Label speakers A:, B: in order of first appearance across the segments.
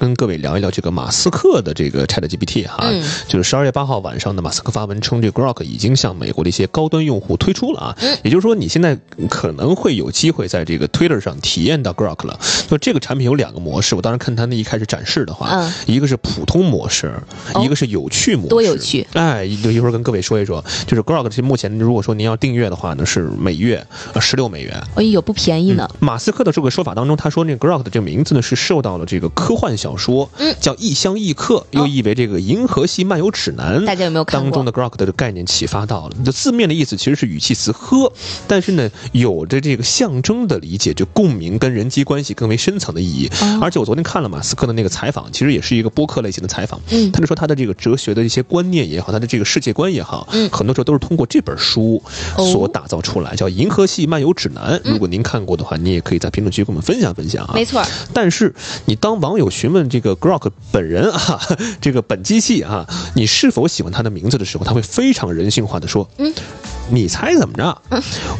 A: 跟各位聊一聊这个马斯克的这个 ChatGPT 哈，
B: 嗯
A: 就是十二月八号晚上呢，马斯克发文称，这 Grok 已经向美国的一些高端用户推出了啊，
B: 嗯
A: 也就是说，你现在可能会有机会在这个 Twitter 上体验到 Grok 了。就这个产品有两个模式，我当时看他那一开始展示的话，
B: 嗯
A: 一个是普通模式，
B: 哦
A: 一个是有趣模式，
B: 多有趣！
A: 哎，一一会儿跟各位说一说，就是 Grok 这目前如果说您要订阅的话呢，是每月呃十六美元，
B: 哎呦，不便宜呢。
A: 嗯马斯克的这个说法当中，他说那个 Grok 的这个名字呢是受到了这个科幻小说，
B: 嗯哦
A: 叫《异乡异客》，又译为这个《银河系漫游指南》
B: 大家有没有看
A: 嗯
B: 过
A: 当中的 Grok 的概念启发到了？就字面的意思其实是语气词呵，但是呢，有着这个象征的理解，就共鸣跟人际关系更为深层的意义。
B: 哦
A: 而且我昨天看了马斯克的那个采访，其实也是一个播客类型的采访，
B: 嗯
A: 他就说他的这个哲学的一些观念也好，他的这个世界观也好，
B: 嗯
A: 很多时候都是通过这本书
B: 哦嗯
A: 所打造出来，叫《银河系漫游指南》。如果您看过的话，你也可以在评论区跟我们分享分享啊。
B: 没错儿，
A: 但是你当网友询问这个 Grok 本人啊， 这个本机器啊，你是否喜欢他的名字的时候，他会非常人性化的说：“
B: 嗯，
A: 你猜怎么着？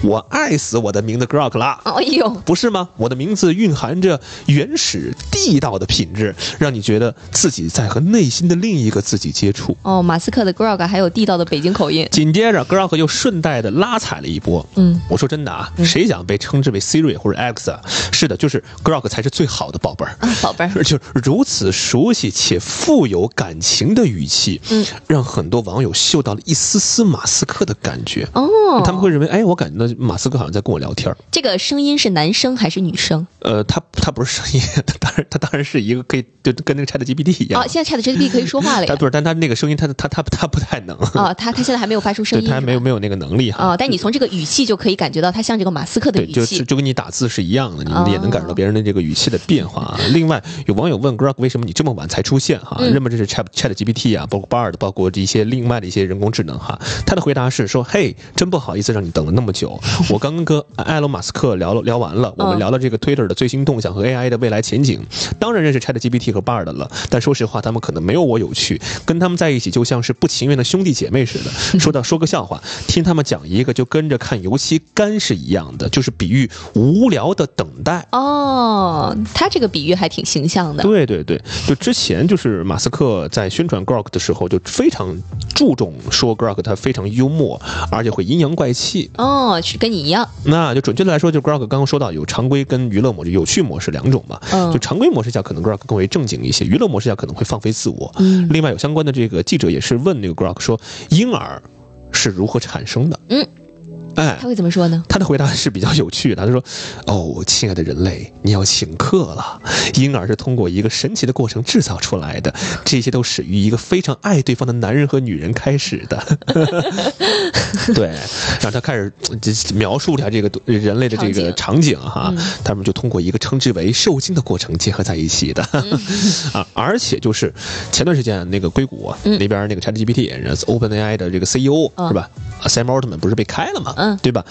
A: 我爱死我的名字 Grok 了。”
B: 哎呦，
A: 不是吗？我的名字蕴含着原始地道的品质，让你觉得自己在和内心的另一个自己接触。
B: 哦，马斯克的 Grog 还有地道的北京口音。
A: 紧接着，Grok 又顺带的拉踩了一波。
B: 嗯，
A: 我说真的啊，谁想被称之为 Siri 或者 Alexa？啊是的，就是 Grok 才是最好的宝贝儿。
B: 啊，宝贝儿，
A: 就是如此熟悉且富有感情的语气，
B: 嗯，
A: 让很多网友嗅到了一丝丝马斯克的感觉。
B: 哦，
A: 他们会认为，哎，我感觉到马斯克好像在跟我聊天儿。
B: 这个声音是男生还是女生？
A: 呃，它它不是声音， 它当然它当然是一个可以就跟那个 Chat GPT 一样，
B: 啊，现在 Chat GPT 可以说话 了
A: 它
B: 呀。
A: 不是，但它那个声音，它它它它不太能，
B: 啊，他他现在还没有发出声
A: 对，
B: 音，
A: 它还没有没有那个能力
B: 啊、
A: 哈。
B: 但你从这个语气就可以感觉到他像这个马斯克的
A: 对，
B: 语
A: 就
B: 气
A: 就。就跟你打字是一样的，
B: 哦
A: 你也能感受到别人的这个语气的变化啊。另外，有网友问 Grok 为什么你这么晚才出现哈？
B: 嗯
A: 认为这是 Chat Chat GPT 啊，包括 Bard，包括一些另外的一些人工智能哈。他的回答是说：“嘿，真不好意思让你等了那么久，我刚刚跟埃隆马斯克聊了聊完了，我
B: 嗯
A: 们聊了这个 Twitter 的最新动向和 AI 的未来前景。当然认识 Chat GPT 和 Bard 了，但说实话，他们可能没有我有趣，跟他们在一起就像是不情愿的兄弟姐妹似
B: 嗯
A: 的。说到说个笑话，听他们讲一个就跟着看油漆干是一样的，就是比喻无聊的等待。
B: 哦，他这个比喻还挺形象的。
A: 对对对，就之前就是马斯克在宣传 Grok 的时候，就非常注重说 Grok 他非常幽默，而且会阴阳怪气。
B: 哦，是跟你一样。
A: 那就准确的来说，就 Grok 刚刚说到有常规跟娱乐模式、有趣模式两种嘛。
B: 嗯
A: 就常规模式下，可能 Grok 更为正经一些；娱乐模式下，可能会放飞自我。
B: 嗯
A: 另外，有相关的这个记者也是问那个 Grok 说，婴儿是如何产生的？
B: 嗯，
A: 哎
B: 他，会怎么说呢？
A: 他的回答是比较有趣的，他说：“哦，亲爱的人类，你要请客了。婴儿是通过一个神奇的过程制造出来的，这些都始于一个非常爱对方的男人和女人开始 的。”对，然后他开始呃这描述了一下这个人类的这个场景嗯哈、他们就通过一个称之为受精的过程结合在一起的啊，而且就是前段时间那个硅谷啊
B: 嗯
A: 那边那个 ChatGPT，然后 OpenAI 的这个 CEO
B: 啊
A: 是吧？Sam Altman 不是被开了吗？
B: 嗯
A: 对吧？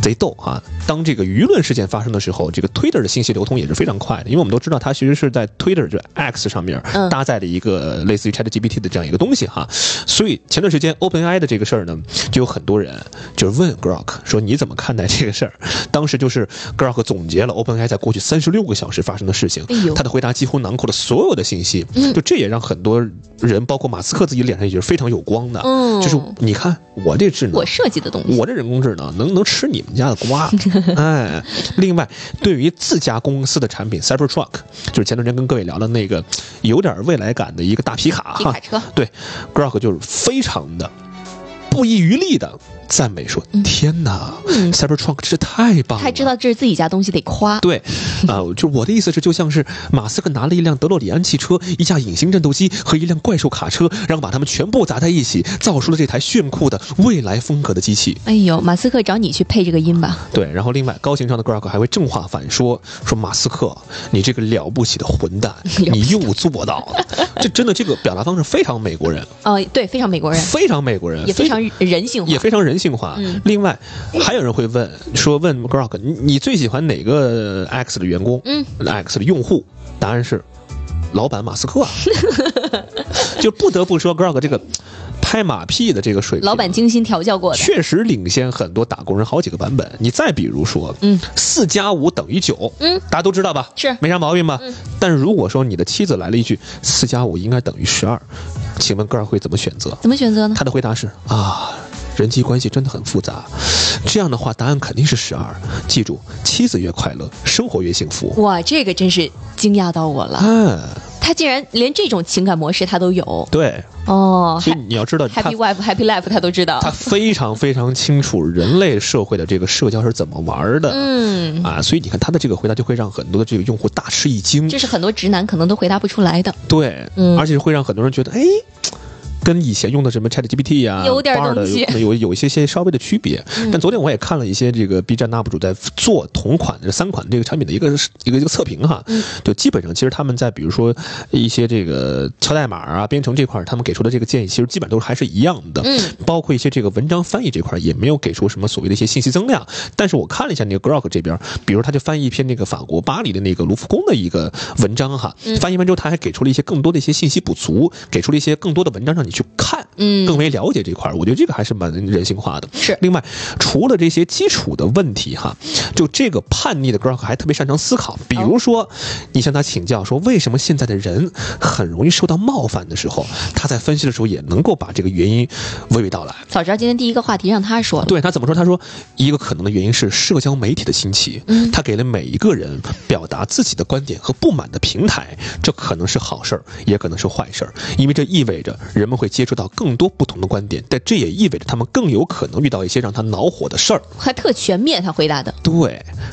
A: 贼逗啊！当这个舆论事件发生的时候，这个 Twitter 的信息流通也是非常快的，因为我们都知道它其实是在 Twitter 就 X 上面
B: 嗯
A: 搭载了一个类似于 ChatGPT 的这样一个东西哈。所以前段时间 OpenAI 的这个事儿呢，就有很多人就是问 Grok 说你怎么看待这个事儿？当时就是 Grok 总结了 OpenAI 在过去三十六个小时发生的事情
B: 哎呦，
A: 他的回答几乎囊括了所有的信息，
B: 嗯
A: 就这也让很多人，包括马斯克自己脸上也是非常有光的，
B: 嗯
A: 就是你看我这智能，
B: 我设计的东西。
A: 我这人工智能能能吃你们家的 瓜，哎。另外，对于自家公司的产品 Cybertruck，就是前段时间跟各位聊的那个有点未来感的一个大皮卡
B: 皮卡
A: 哈，
B: 车，
A: 对，Grok 就是非常的不遗余力的赞美说
B: 嗯：“
A: 天哪
B: 嗯，
A: ，Cybertruck 这太棒了！”
B: 他知道这是自己家东西得 夸，
A: 对，啊、就我的意思是，就像是马斯克拿了一辆德洛里安汽车、一架隐形战斗机和一辆怪兽卡车，然后把它们全部砸在一起，造出了这台炫酷的未来风格的机器。
B: 哎呦，马斯克找你去配这个音吧，
A: 对，然后另外高情商的 Grok 还会正话反说，说马斯克，你这个了不起的混 蛋，你又做到了。这真的这个表达方式非常美国人，
B: 哦，对，非常美国人，
A: 非常美国人，
B: 也非常人性化
A: 也，非常人性化。
B: 嗯
A: 另外，还有人会问说问 Grok，你你最喜欢哪个 X 的员工？
B: 嗯
A: ，X 的用户？答案是老板马斯 克啊。就不得不说 Grok 这个拍马屁的这个水平，
B: 老板精心调教过的，
A: 确实领先很多打工人好几个版本。你再比如说，
B: 嗯，
A: 四加五等于九，
B: 嗯，
A: 大家都知道吧？
B: 是
A: 没啥毛病吧？
B: 嗯
A: 但如果说你的妻子来了一句“四加五应该等于十二”，请问 Grok 会怎么选择？
B: 怎么选择呢？
A: 他的回答是啊，人际关系真的很复杂。这样的话，答案肯定是十二。记住，妻子越快乐，生活越幸福。
B: 哇，这个真是惊讶到我了，
A: 啊，
B: 他竟然连这种情感模式他都有
A: 对，
B: 哦
A: 所以你要知道
B: ，ha-
A: 他
B: ，Happy。Wife Happy Life 他都知道
A: 他，非常非常清楚人类社会的这个社交是怎么玩的，
B: 嗯，
A: 啊，所以你看他的这个回答就会让很多的这个用户大吃一惊，
B: 这是很多直男可能都回答不出来的，
A: 对，
B: 嗯
A: 而且会让很多人觉得，哎，跟以前用的什么 ChatGPT 呀、
B: 有点
A: Bard
B: 东西嗯
A: 有有有一些些稍微的区别。但昨天我也看了一些这个 B 站 UP 主在做同款的三款这个产品的一个一个一个测评哈，
B: 嗯
A: 就基本上其实他们在比如说一些这个敲代码啊、编程这块儿，他们给出的这个建议其实基本上都还是一样的。
B: 嗯，
A: 包括一些这个文章翻译这块儿也没有给出什么所谓的一些信息增量。但是我看了一下那个 Grok 这边儿，比如他就翻译一篇那个法国巴黎的那个卢浮宫的一个文章哈，
B: 嗯
A: 翻译完之后他还给出了一些更多的一些信息补足，给出了一些更多的文章让你去看，
B: 嗯
A: 更为了解这块儿。我觉得这个还是蛮人性化的。
B: 是
A: 另外，除了这些基础的问题哈，就这个叛逆的 Grok 还特别擅长思
B: 哦
A: 考，比如说你向他请教说为什么现在的人很容易受到冒犯的时候，他在分析的时候也能够把这个原因娓娓道来。
B: 早知道今天第一个话题让他说了，
A: 对他怎么说？他说，一个可能的原因是社交媒体的兴起，
B: 嗯
A: 他给了每一个人表达自己的观点和不满的平台，这可能是好事儿，也可能是坏事儿，因为这意味着人们会接触到更多不同的观点，但这也意味着他们更有可能遇到一些让他恼火的事儿。
B: 还特全面，他回答的，
A: 对，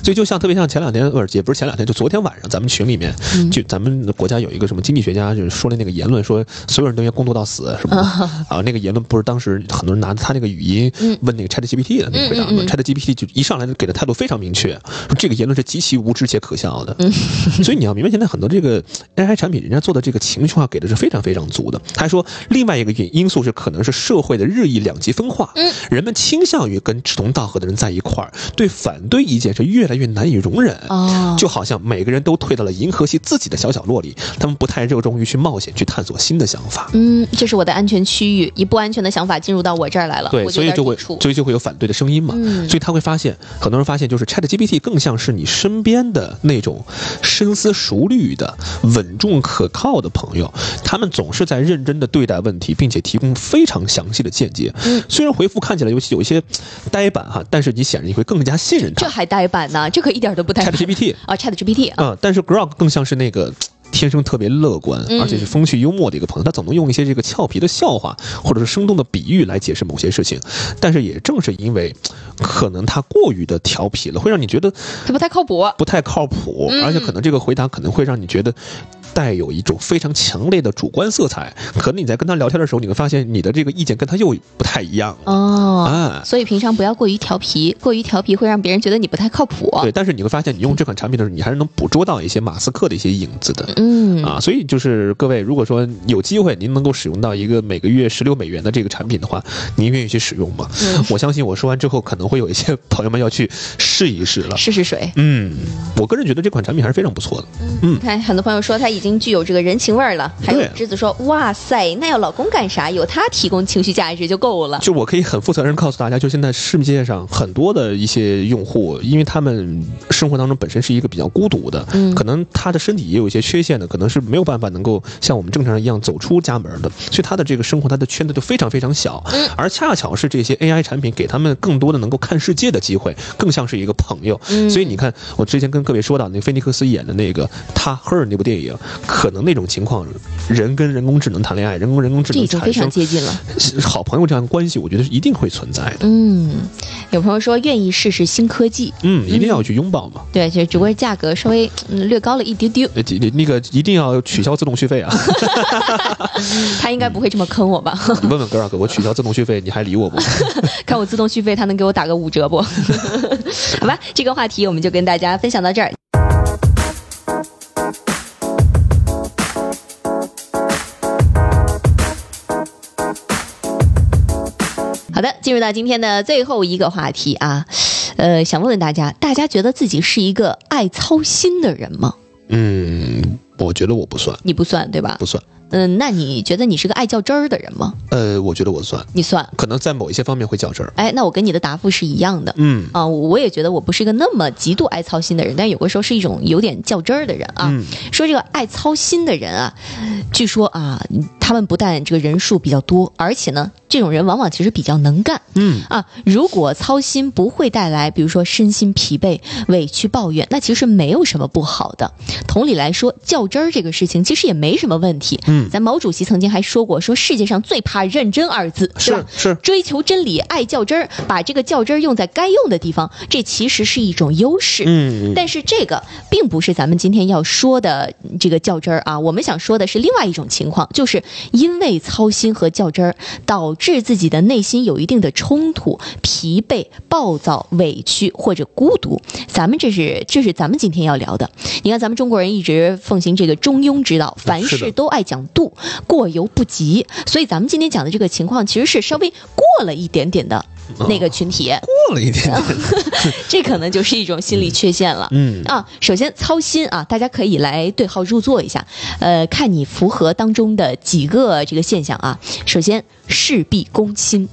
A: 所以就像特别像前两天，不是也不是前两天，就昨天晚上咱们群里面，
B: 嗯
A: 就咱们国家有一个什么经济学家就是说了那个言论，说所有人都应该工作到死什么的 啊，那个言论不是当时很多人拿他那个语音
B: 嗯
A: 问那个 Chat GPT 的那个回答
B: 嗯嗯嗯
A: ，Chat GPT 就一上来就给的态度非常明确，说这个言论是极其无知且可笑
B: 嗯
A: 的。 所以你要明白，现在很多这个 AI 产品，人家做的这个情绪化给的是非常非常足的。他还说，另外一个因因素是可能是社会的日益两极分化，
B: 嗯，
A: 人们倾向于跟志同道合的人在一块儿，对反对意见是越来越难以容忍。
B: 哦，
A: 就好像每个人都退到了银河系自己的小角落里，他们不太热衷于去冒险、去探索新的想法。
B: 嗯，这是我的安全区域，以不安全的想法进入到我这儿来了，
A: 对，
B: 我
A: 所
B: 有
A: 以
B: 点
A: 就会
B: 抵触，
A: 所以就会有反对的声音嘛。
B: 嗯
A: 所以他会发现，很多人发现就是 Chat GPT 更像是你身边的那种深思熟虑的、稳重可靠的朋友，他们总是在认真的对待问题，并且提供非常详细的见解。
B: 嗯
A: 虽然回复看起来有有一些呆板哈，但是你显然你会更加信任
B: 这
A: 他。
B: 还呆板呢，这可一点都不呆
A: Chat
B: 板
A: GPT
B: 啊，Chat GPT 啊，
A: 嗯，但是 Grog 更像是那个。天生特别乐观，
B: 嗯
A: 而且是风趣幽默的一个朋友，他总能用一些这个俏皮的笑话或者是生动的比喻来解释某些事情。但是也正是因为，可能他过于的调皮了，会让你觉得
B: 这不太靠 谱，
A: 不太靠谱，
B: 嗯
A: 而且可能这个回答可能会让你觉得带有一种非常强烈的主观色彩。可能你在跟他聊天的时候，你会发现你的这个意见跟他又不太一样了。
B: 哦。
A: 啊，
B: 所以平常不要过于调皮，过于调皮会让别人觉得你不太靠谱。
A: 对，但是你会发现，你用这款产品的时候，你还是能捕捉到一些马斯克的一些影子的。
B: 嗯，
A: 啊，所以就是各位，如果说有机会您能够使用到一个每个月十六美元的这个产品的话，您愿意去使用吗？我相信我说完之后，可能会有一些 朋友们要去试一试了。
B: 试试水。
A: 嗯，我个人觉得这款产品还是非常不错的。嗯
B: 看很多朋友说他已经具有这个人情味儿了，还有
A: 对啊
B: 栀子说，哇塞，那要老公干啥？有他提供情绪价值就够了。
A: 就我可以很负责任告诉大家，就现在世界上很多的一些用户，因为他们生活当中本身是一个比较孤独的，
B: 嗯
A: 可能他的身体也有一些缺陷的，可能是没有办法能够像我们正常人一样走出家门的，所以他的这个生活，他的圈子就非常非常小，
B: 嗯
A: 而恰巧是这些 AI 产品给他们更多的能够看世界的机会，更像是一个朋友。
B: 嗯
A: 所以你看，我之前跟各位说到那菲尼克斯演的那个《他 Her》那部电影，可能那种情况，人跟人工智能谈恋爱，人工人工智
C: 这
A: 能
C: 已经非
A: 产
C: 常
A: 生
C: 接 近了。
A: 好朋友这样的关系，我觉得是一定会存在的。
C: 嗯，有朋友说愿意试试新科技，
A: 嗯，一定要去拥抱嘛。
C: 对，就是只不过价格稍微、嗯、略高了一丢丢，
A: 呃，这那个一定要取消自动续费 啊！
C: 他应该不会这么坑我吧？
A: 你问问格尔哥，我取消自动续费，你还理我不？
C: 看我自动续费，他能给我打个五折不？好吧，这个话题我们就跟大家分享到这儿。好的，进入到今天的最后一个话题啊，呃，想问问大家，大家觉得自己是一个爱操心的人吗？
A: 嗯，我觉得我不算，
C: 你不算对吧
A: 不？算。
C: 嗯，那你觉得你是个爱较真儿的人吗？
A: 呃，我觉得我算，
C: 你算。
A: 可能在某一些方面会较真儿。
C: 哎，那我跟你的答复是一样的。
A: 嗯
C: 啊，我我也觉得我不是一个那么极度爱操心的人，但有的时候是一种有点较真儿的人啊。
A: 嗯
C: 说这个爱操心的人啊，据说啊，他们不但这个人数比较多，而且呢，这种人往往其实比较能干
A: 嗯，
C: 啊。如果操心不会带来，比如说身心疲惫、委屈、抱怨，那其实没有什么不好的。同理来说，较真儿这个事情其实也没什么问题。
A: 嗯
C: 咱毛主席曾经还说过，说世界上最怕认真二字，对吧
A: 是是，
C: 追求真理，爱较真儿，把这个较真儿用在该用的地方，这其实是一种优势。
A: 嗯
C: 但是这个并不是咱们今天要说的这个较真儿啊，我们想说的是另外一种情况，就是因为操心和较真儿，导致自己的内心有一定的冲突、疲惫、暴躁、委屈或者孤独。咱们这是这是咱们今天要聊的。你看，咱们中国人一直奉行这个中庸之道，凡
A: 是的
C: 事都爱讲度，过犹不及。所以咱们今天讲的这个情况，其实是稍微过了一点点的那个群体，
A: 过了一点点。
C: 这可能就是一种心理缺陷了。
A: 嗯
C: 啊，首先操心啊，大家可以来对号入座一下，呃，看你符合当中的几个这个现象啊。首先，事必躬亲，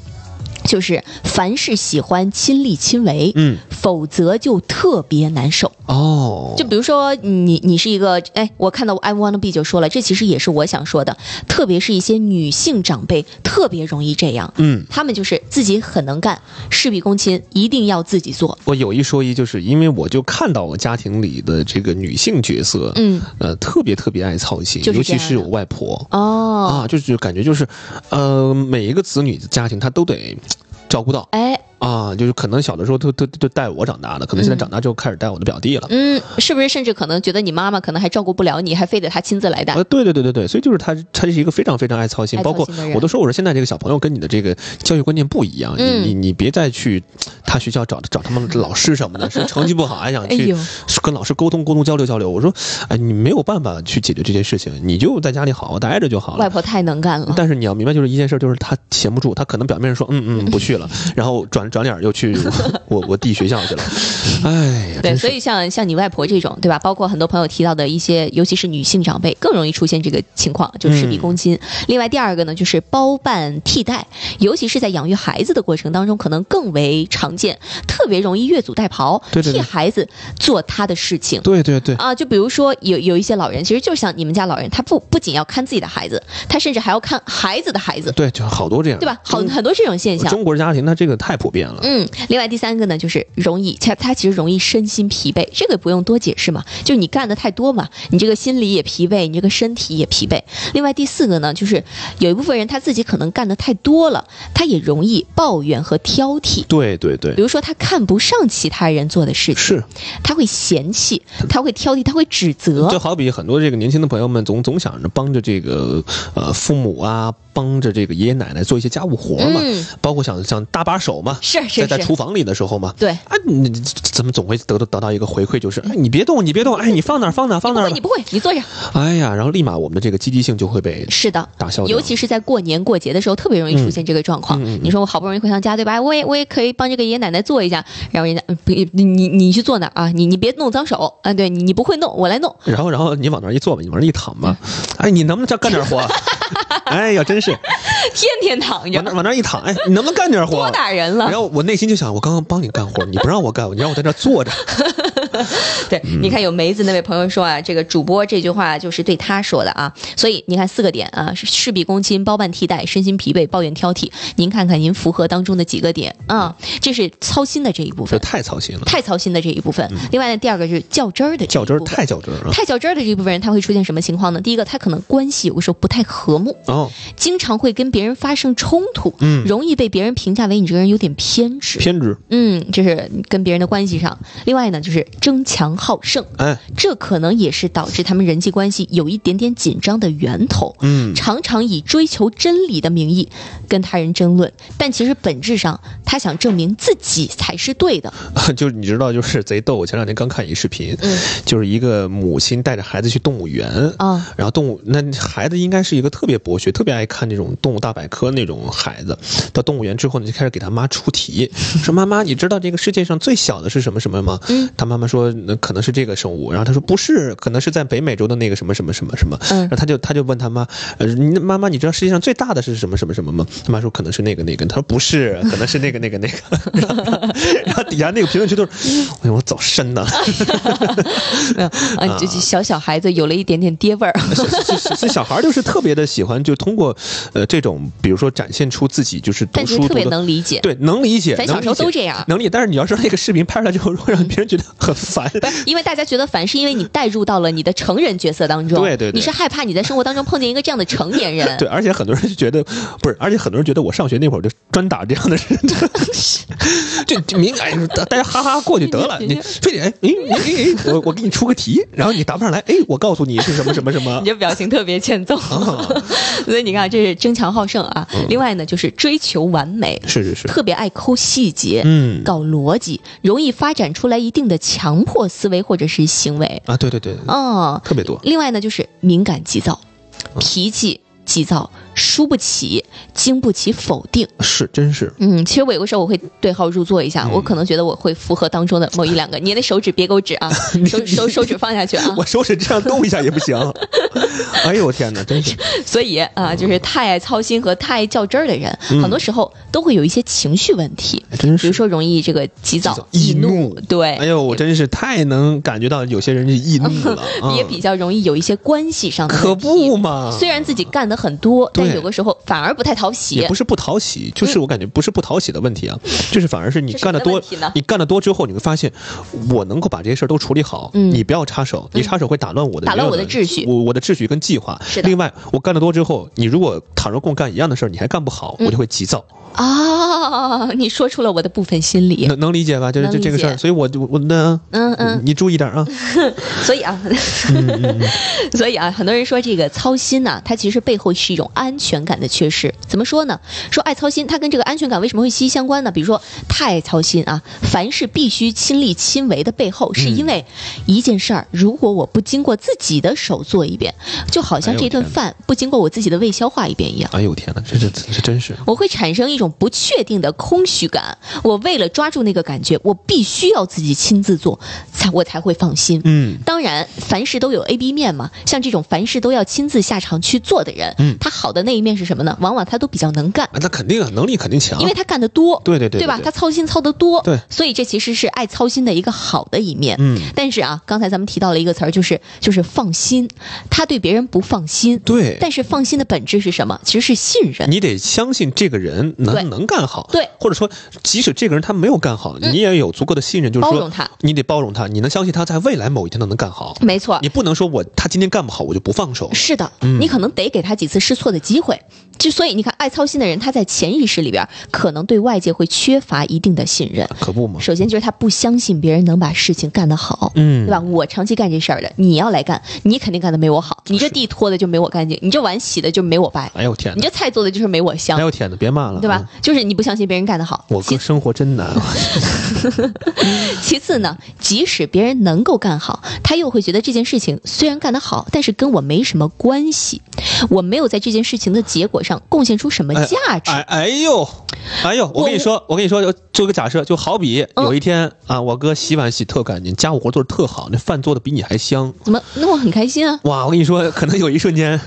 C: 就是凡事喜欢亲力亲为，
A: 嗯，
C: 否则就特别难受。
A: 哦，
C: 就比如说你你是一个哎，我看到 I wanna be 就说了，这其实也是我想说的，特别是一些女性长辈特别容易这样。
A: 嗯。
C: 她们就是自己很能干，事必躬亲，一定要自己做。
A: 我有一说一，就是因为我就看到我家庭里的这个女性角色，
C: 嗯，
A: 呃，特别特别爱操心，
C: 就是
A: 尤
C: 这
A: 其
C: 样
A: 是
C: 的
A: 我外婆
C: 哦，
A: 啊，就是感觉就是，呃，每一个子女的家庭她都得照顾到
C: 哎，
A: 啊，就是可能小的时候都都都带我长大的，可能现在长大之后开始带我的表弟了。
C: 嗯，是不是甚至可能觉得你妈妈可能还照顾不了你，还非得她亲自来带？
A: 呃，对对对对对，所以就是他，他是一个非常非常爱操心，
C: 嗯爱
A: 包
C: 操
A: 括
C: 心的人
A: 我都说我说现在这个小朋友跟你的这个教育观念不一样，
C: 嗯
A: 你你你别再去他学校找找他们老师什么的，说成绩不好还想
C: 哎
A: 去
C: 呦，
A: 跟老师沟通沟通交流交流。我说，哎，你没有办法去解决这件事情，你就在家里好好待着就好
C: 外
A: 了。
C: 婆太能干了。
A: 但是你要明白，就是一件事，就是他闲不住，他可能表面上说嗯嗯不去了，然后转转脸又去我我弟学校去了。哎呀，
C: 对，
A: 真
C: 所
A: 是
C: 以像像你外婆这种，对吧？包括很多朋友提到的一些，尤其是女性长辈，更容易出现这个情况，就事必躬亲。
A: 嗯
C: 另外，第二个呢，就是包办替代，尤其是在养育孩子的过程当中，可能更为常见，特别容易越俎代庖，
A: 对对对
C: 替孩子做他的事情。
A: 对对对，
C: 啊，就比如说有有一些老人，其实就像你们家老人，他不不仅要看自己的孩子，他甚至还要看孩子的孩子，
A: 对，就好多这样，
C: 对吧？好
A: 中
C: 很多这种现象。
A: 中国家庭，他这个太普遍了。
C: 嗯，另外第三个呢，就是容易，他他其实容易身心疲惫，这个不用多解释嘛，就是你干的太多嘛，你这个心理也疲惫，你这个身体也疲惫。另外第四个呢，就是有一部分人他自己可能干的太多了，他也容易抱怨和挑剔，
A: 对对对
C: 比，如说他看不上其他人做的事情，
A: 是，
C: 他会嫌弃，他会挑剔，他会指责，
A: 就好比很多这个年轻的朋友们总总想着帮着这个呃父母啊，帮着这个爷爷奶奶做一些家务活嘛，
C: 嗯
A: 包括想想搭把手嘛，
C: 是是
A: 在在
C: 是，
A: 厨房里的时候嘛。
C: 对。
A: 啊，你你怎么总会得到得到一个回馈，就是哎，你别动，你别动，哎，你放哪儿放哪儿放
C: 不
A: 哪儿
C: 会，
A: 吧
C: 你，不会，你坐下。
A: 哎呀，然后立马我们的这个积极性就会被
C: 是的，
A: 打消掉，
C: 尤其是在过年过节的时候，特别容易出现这个状况。
A: 嗯嗯嗯
C: 你说我好不容易回趟家，对吧？我也我也可以帮这个爷爷奶奶做一下，然后人家嗯不，你你你去坐那儿啊，你你别弄脏手啊，对你你不会弄，我来弄。
A: 然后然后你往那儿一坐吧，你往那儿一躺吧，
C: 嗯
A: 哎，你能不能再干点 活？哎呀，真是
C: 天天躺
A: 往那
C: 着，
A: 往那儿一躺，哎，你能不能干点活？
C: 多打人了
A: 然。后我内心就想，我刚刚帮你干活，你不让我干，你让我在这儿坐着，
C: 对，你看有梅子那位朋友说啊，这个主播这句话就是对他说的啊，所以你看四个点啊，是事必躬亲、包办替代、身心疲惫、抱怨挑剔，您看看您符合当中的几个点啊？这是操心的这一部
A: 这
C: 分，
A: 太操心了，
C: 太操心的这一部分。另外呢，第二个是嗯较真儿的这
A: 较
C: 一
A: 真儿
C: 部分。
A: 太较真儿啊！
C: 太较真儿的这一部分人，他会出现什么情况呢？第一个，他可能关系有的时候不太和睦，
A: 哦，
C: 经常会跟别人发生冲突，
A: 嗯
C: 容易被别人评价为你这个人有点偏执，
A: 偏执，
C: 嗯，这是跟别人的关系上。另外呢，就是争强好胜，
A: 哎，
C: 这可能也是导致他们人际关系有一点点紧张的源头。
A: 嗯，
C: 常常以追求真理的名义跟他人争论，但其实本质上他想证明自己才是对的。
A: 就是你知道，就是贼逗。我前两天刚看一视频，
C: 嗯
A: 就是一个母亲带着孩子去动物园。
C: 啊，
A: 然后动物那孩子应该是一个特别博学、特别爱看那种动物大百科那种孩子。到动物园之后呢，就开始给他妈出题，说：“妈妈，你知道这个世界上最小的是什么什么吗？”
C: 嗯
A: 他妈妈说：“那可能是这个生物。”然后他说：“不是，可能是在北美洲的那个什么什么什么什么。”
C: 嗯
A: 然后他就他就问他妈：“呃，你妈妈，你知道世界上最大的是什么什么什么吗？”他妈说：“可能是那个那个。”他说：“不是，可能是那个那个那个。” 然后底下那个评论区都是：“哎呦，我早深呢。”
C: 没有
A: 嗯
C: 啊，这这小小孩子有了一点点爹味儿。
A: 是是是，小孩儿就是特别的喜欢，就通过呃这种，比如说展现出自己就是读
C: 但其
A: 书
C: 实特别
A: 读得
C: 能理解
A: 对，能理解，
C: 咱小时
A: 能
C: 候
A: 理解
C: 都这 样
A: 能理解。但是你要知道，那个视频拍出来之后，会让别人觉得很烦。
C: 因为大家觉得烦，是因为你带入到了你的成人角色当中，
A: 对对对
C: 你是害怕你在生活当中碰见一个这样的成年人，
A: 对，而且很多人就觉得不是，而且很多人觉得我上学那会儿就专打这样 的人，这这明哎，大家哈哈过去得了。你非得哎哎哎哎，我我给你出个题，然后你答不上来，哎，我告诉你是什么什么什么
C: 你。这表情特别欠 揍。
A: 哦
C: 所以你看，啊这是争强好胜啊。另外呢，就是追求完美，
A: 是嗯是是，
C: 特别爱抠细节，
A: 嗯
C: 搞逻辑，容易发展出来一定的强迫思维或者是行为。
A: 啊，对对对，
C: 嗯，
A: 特别多。
C: 另外呢，就是敏感急躁，
A: 嗯
C: 脾气急躁，输不起，经不起否定。
A: 是真是，
C: 嗯，其实我有个时候我会对号入座一
A: 嗯
C: 下，我可能觉得我会符合当中的某一两个。你那手指别给我指 啊，手手手指放下去 啊。
A: 我手指这样动一下也不 行。哎呦我天哪，真是
C: 所以啊，就是太爱操心和太爱较真儿的人，
A: 嗯
C: 很多时候都会有一些情绪问题，
A: 还真
C: 比
A: 是。
C: 如说容易这个急
A: 急躁
C: 躁、
A: 易
C: 易
A: 怒
C: 怒，对，
A: 哎呦，我真是太能感觉到有些人是易怒 了，啊
C: 也比较容易有一些关系上的
A: 可
C: 问题。啊
A: 不嘛。
C: 虽然自己干的很多，但
A: 对
C: 有的时候反而不太讨喜
A: 也不。是不讨喜，就是我感觉不是不讨喜的问题啊，就是反而是你
C: 嗯这是
A: 干的
C: 什么
A: 多
C: 问题呢，
A: 你干的多之后，你会发现，我能够把这些事儿都处理好，
C: 嗯
A: 你不要插手，你插手会打乱我的
C: 打乱我的
A: 原有
C: 秩序
A: 我我的秩序跟计划。
C: 是的
A: 另外，我干的多之后，你如果倘若跟我干一样的事儿，你还干不好，
C: 嗯
A: 我就会急躁。
C: 啊，你说出了我的部分心理。
A: 能能理解吧？就是
C: 能
A: 这
C: 理
A: 这个事儿，
C: 解
A: 所以我就我那啊
C: 嗯嗯，
A: 你注意点儿啊。
C: 所以啊， 所以啊，很多人说这个操心呐、它其实背后是一种安全感的缺失。怎么说呢？说爱操心，它跟这个安全感为什么会息息相关呢？比如说太爱操心啊，凡事必须亲力亲为的背后，是因为一件事儿，如果我不经过自己的手做一遍，就好
A: 哎
C: 像
A: 呦
C: 这
A: 天
C: 顿
A: 哪
C: 饭不经过我自己的胃消化一遍一样。
A: 哎呦我天哪，这这这真是
C: 我会产生一种不确定的空虚感。我为了抓住那个感觉，我必须要自己亲自做，才我才会放心。
A: 嗯，
C: 当然，凡事都有 A、B 面嘛。像这种凡事都要亲自下场去做的人，
A: 嗯
C: 他好的那一面是什么呢？往往他都比较能干，
A: 啊，那肯定啊，能力肯定强，
C: 因为他干得多，
A: 对对对
C: 吧？他操心操得多，
A: 对
C: 所以这其实是爱操心的一个好的一面。
A: 嗯，
C: 但是啊，刚才咱们提到了一个词儿，就是就是放心，他对别人不放心，
A: 对，
C: 但是放心的本质是什么？其实是信任。
A: 你得相信这个人
C: 对
A: 能能干好，
C: 对嗯
A: 或者说即使这个人他没有干好，你也有足够的信任，就是
C: 包
A: 说
C: 容他
A: 你得包容他，你能相信他在未来某一天都能干好，
C: 没错，
A: 你嗯不能说我他今天干不好我就不放手，
C: 是的，你可能得给他几次试错的机会。之所以你看，爱操心的人，他在潜意识里边儿可能对外界会缺乏一定的信任。
A: 可不嘛，
C: 首先就是他不相信别人能把事情干得好，
A: 嗯
C: 对吧？我长期干这事儿的，你要来干，你肯定干得没我好，你这地拖的就没我干净，你这碗洗的就没我白，
A: 哎呦天
C: 你
A: 哪，
C: 这菜做的就是没我
A: 哎
C: 香，
A: 呦天哪，别骂了，
C: 对吧
A: 嗯？？
C: 就是你不相信别人干得好。
A: 我
C: 其
A: 哥生活真难啊，
C: 其次呢，即使别人能够干好，他又会觉得这件事情虽然干得好，但是跟我没什么关系，我没有在这件事情的结果上贡献出什么价值。
A: 哎哎呦，哎呦，我跟你说，我跟你说，做个假设，就好比
C: 嗯
A: 有一天啊，我哥洗碗洗特干净，家务活做的特好，那饭做的比你还香，
C: 怎么？那我很开心啊，
A: 哇，我跟你说，可能有一瞬 间，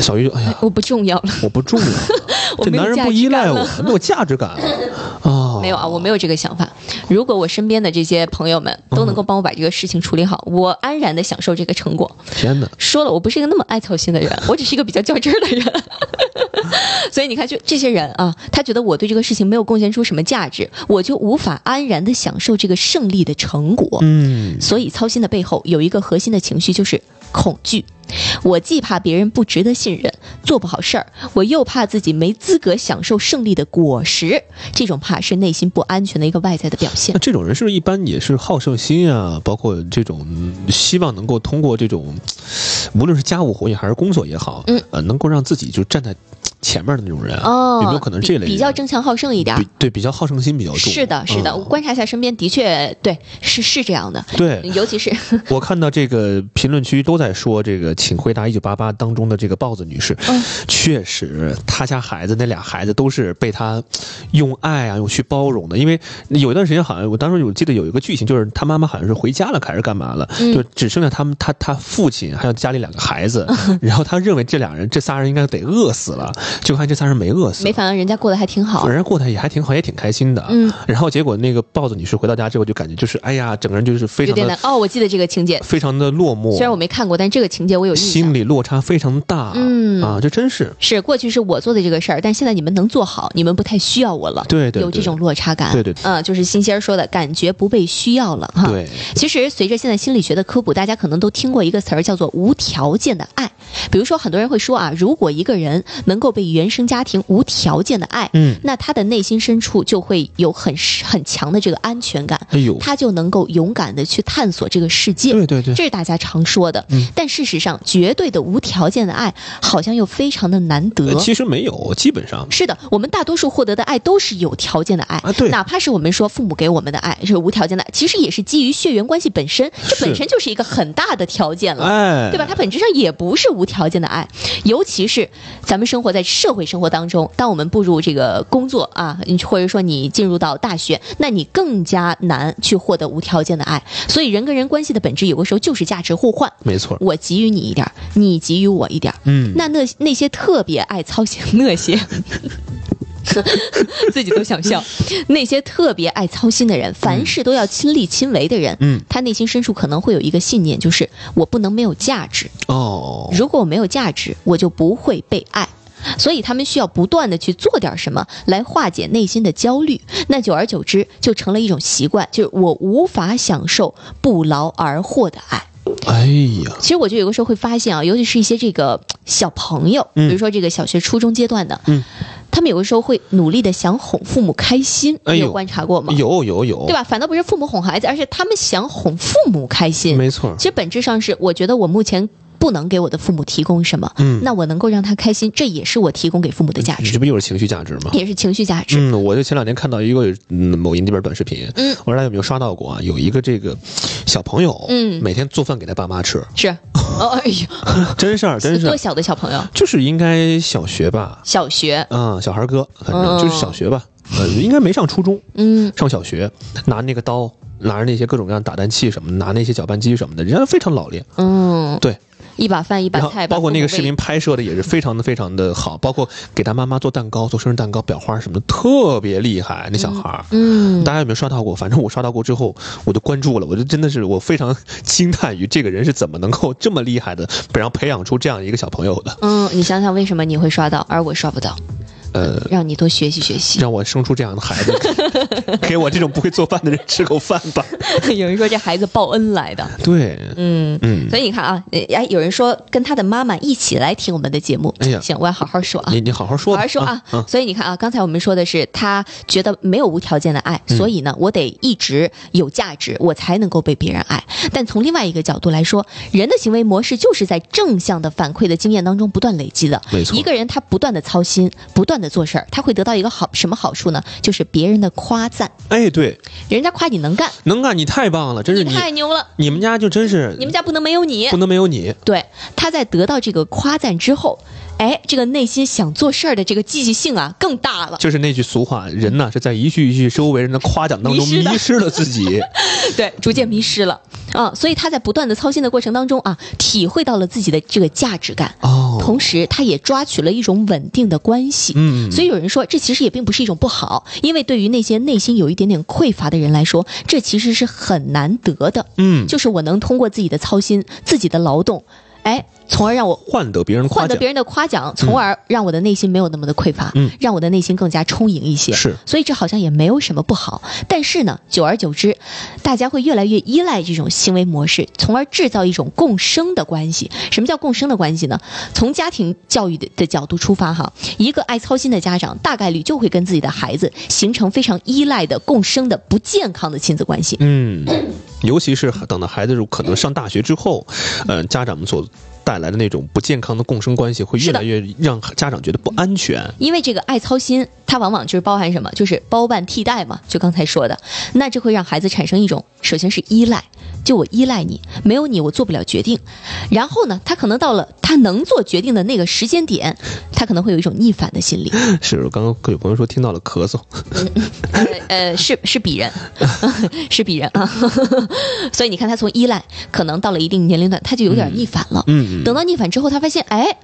A: 小鱼就哎呀，
C: 我不重要了，
A: 我不重要了，
C: 我
A: 这
C: 没有
A: 男人
C: 价
A: 不
C: 值
A: 依赖
C: 感
A: 我
C: 了，
A: 没有价值感了啊、哦
C: 没有啊，我没有这个想法。如果我身边的这些朋友们都能够帮我把这个事情处理好，我安然的享受这个成果。
A: 天哪，
C: 说了，我不是一个那么爱操心的人，我只是一个比较较真儿的人。所以你看，就这些人啊，他觉得我对这个事情没有贡献出什么价值，我就无法安然的享受这个胜利的成果。
A: 嗯，
C: 所以操心的背后有一个核心的情绪就是恐惧。我既怕别人不值得信任，做不好事儿，我又怕自己没资格享受胜利的果实。这种怕是内心不安全的一个外在的表现
A: 那。这种人是不是一般也是好胜心啊？包括这种嗯希望能够通过这种，无论是家务活也还是工作也好，
C: 嗯，
A: 呃，能够让自己就站在前面的那种人啊，
C: 哦，
A: 有没有可能这类人
C: 比比较争强好胜一点儿
A: 比？对比较好胜心比较重。
C: 是的，是的，
A: 嗯
C: 我观察一下身边，的确对，是是这 样的。
A: 对，
C: 尤其是
A: 我看到这个评论区都在说这个《请回答一九八八》当中的这个豹子女士，
C: 嗯
A: 确实她家孩子那俩孩子都是被她用爱啊，用去包容的。因为有一段时间好像我当时我记得有一个剧情，就是她妈妈好像是回家了还是干嘛了，
C: 嗯
A: 就只剩下他们她她父亲还有家里两个孩 子，然后她认为这俩人这仨人应该得饿死了，就看这仨人没饿死，
C: 没反正人家过得还挺好
A: 人，家过得也还挺好，也挺开心的。啊
C: 嗯，
A: 然后结果那个豹子女士回到家之后就感觉就是哎呀，整个人就是非
C: 有
A: 常
C: 点难
A: 的。。
C: 哦，我记得这个情节，
A: 非常的落寞，
C: 虽然我没看过，但这个情节我有印象
A: 心。理落差非常大。
C: 嗯
A: 啊，这真是
C: 是过去是我做的这个事儿，但现在你们能做好，你们不太需要我了，
A: 对对
C: 有这种落差感，
A: 对对对
C: 嗯，就是新仙儿说的感觉不被需要了哈。
A: 对，
C: 其实随着现在心理学的科普，大家可能都听过一个词儿叫做无条件的爱。比如说，很多人会说啊，如果一个人能够被原生家庭无条件的爱，
A: 嗯，
C: 那他的内心深处就会有很很强的这个安全感，
A: 哎呦，
C: 他就能够勇敢的去探索这个世界。
A: 对对对，
C: 这是大家常说的。
A: 嗯
C: 但事实上，绝对的无条件的爱好像又非常的难
A: 呃
C: 得。
A: 其实没有，基本上
C: 是的，我们大多数获得的爱都是有条件的爱
A: 啊对
C: 哪怕是我们说父母给我们的爱是无条件的爱，其实也是基于血缘关系本身，这
A: 是
C: 本身就是一个很大的条件了。
A: 哎，
C: 对吧？它本质上也不是无条件的爱，尤其是咱们生活在社会生活当中，当我们步入这个工作啊，你或者说你进入到大学，那你更加难去获得无条件的爱。所以人跟人关系的本质，有的时候就是价值互换，
A: 没错，
C: 我给予你一点儿，你给予我一点儿。
A: 嗯，
C: 那那那些特别爱操心那些。 自己都想笑，那些特别爱操心的人，凡事都要亲力亲为的人，
A: 嗯，
C: 他内心深处可能会有一个信念，就是我不能没有价值。
A: 哦，
C: 如果我没有价值，我就不会被爱。所以他们需要不断的去做点什么来化解内心的焦虑，那久而久之就成了一种习惯，就是我无法享受不劳而获的爱。
A: 哎呀，
C: 其实我就有个时候会发现啊，尤其是一些这个小朋友，比
A: 嗯
C: 如说这个小学、初中阶段的，
A: 嗯
C: 他们有的时候会努力的想哄父母开心，
A: 哎呦
C: 你有观察过吗？
A: 有有有，
C: 对吧？反倒不是父母哄孩子，而是他们想哄父母开心。
A: 没错
C: 其，实本质上是，我觉得我目前不能给我的父母提供什么，
A: 嗯
C: 那我能够让他开心，这也是我提供给父母的价
A: 你
C: 值，
A: 这不又是情绪价值吗？
C: 也是情绪价值。
A: 嗯，我就前两天看到一个嗯某音这边短视频，
C: 嗯
A: 我不知道大家有没有刷到过啊？有一个这个小朋友，
C: 嗯
A: 每天做饭给他爸妈吃，
C: 是， 哦，哎呦，
A: 真事儿，真
C: 是
A: 事
C: 多
A: 儿，
C: 小的小朋友，
A: 就是应该小学吧，
C: 小学，
A: 嗯，小孩儿哥，反正就是小学吧，呃，应该没上初中，
C: 嗯，
A: 上小学，拿那个刀，拿着那些各种各样的打蛋器什么的，拿那些搅拌机什么的，人家非常老练。
C: 嗯，
A: 对，
C: 一把饭一把
A: 然后
C: 菜，
A: 包括那个视
C: 视
A: 频
C: 频，
A: 拍摄的也是非常的非常的好，包括给他妈妈做蛋糕、做生日蛋糕、裱花什么的，特别厉害。那小孩儿，
C: 嗯，
A: 大家有没有刷到过？反正我刷到过之后，我就关注了，我就真的是我非常 惊叹于这个人是怎么能够这么厉害的，然后培养出这样一个小朋友的，
C: 嗯，你想想为什么你会刷到，而我刷不到，
A: 呃。
C: 让你多学习学习。
A: 让我生出这样的孩子，给我这种不会做饭的人吃口饭吧。
C: 有人说这孩子报恩来的，
A: 对，
C: 嗯。
A: 嗯，
C: 所以你看啊，呃哎，有人说跟他的妈妈一起来听我们的节目，
A: 哎呀
C: 行，我要好好说啊。
A: 你你好好说
C: 好
A: 吧。
C: 好说啊
A: 嗯，
C: 所以你看啊，刚才我们说的是他觉得没有无条件的爱，所以呢，我得一直有价值，我才能够被别人爱。但从另外一个角度来说，人的行为模式就是在正向的反馈的经验当中不断累积的。
A: 没错
C: 一个人他不断的操心，不断的做事儿，他会得到一个好什么好处呢？就是别人的夸赞，
A: 哎，对，
C: 人家夸你能干，
A: 能啊干你太棒了，真是
C: 你
A: 你，
C: 太牛了，
A: 你们家就真是
C: 你们家不能没有你
A: 不。能没有你，
C: 对，他在得到这个夸赞之后，哎，这个内心想做事儿的这个积极性啊 更大了。
A: 就是那句俗话，人呐是在一句一句周围人的夸奖当中
C: 迷失的
A: 迷失了自己。
C: 对，逐渐迷失了啊。所以他在不断的操心的过程当中啊，体会到了自己的这个价值感，
A: 哦，
C: 同时他也抓取了一种稳定的关系。
A: 嗯，
C: 所以有人说，这其实也并不是一种不好，因为对于那些内心有一点点匮乏的人来说，这其实是很难得的。
A: 嗯，
C: 就是我能通过自己的操心、自己的劳动，哎，从而让我
A: 换得别人夸
C: 换得
A: 奖，
C: 别人的夸奖，从而让我的内心没有那么的匮乏，
A: 嗯
C: 让我的内心更加充盈一些。
A: 是，
C: 所以这好像也没有什么不好，但是呢，久而久之，大家会越来越依赖这种行为模式，从而制造一种共生的关系。什么叫共生的关系呢？从家庭教育的的角度出发哈，一个爱操心的家长，大概率就会跟自己的孩子形成非常依赖的共生的不健康的亲子关系。
A: 嗯，尤其是等到孩子如可能上大学之后，呃，家长们所带来的那种不健康的共生关系，会越
C: 是的
A: 来越让家长觉得不安全。
C: 因为这个爱操心，它往往就是包含什么，就是包办替代嘛，就刚才说的，那这会让孩子产生一种，首先是依赖，就我依赖你，没有你我做不了决定，然后呢，他可能到了他能做决定的那个时间点，他可能会有一种逆反的心理，
A: 是，刚刚有朋友说听到了咳嗽，
C: 呃，呃是是鄙人， 是鄙人啊， 所以你看他从依赖，可能到了一定年龄段，他就有点逆反了，
A: 嗯，
C: 等到逆反之后，他发现，哎。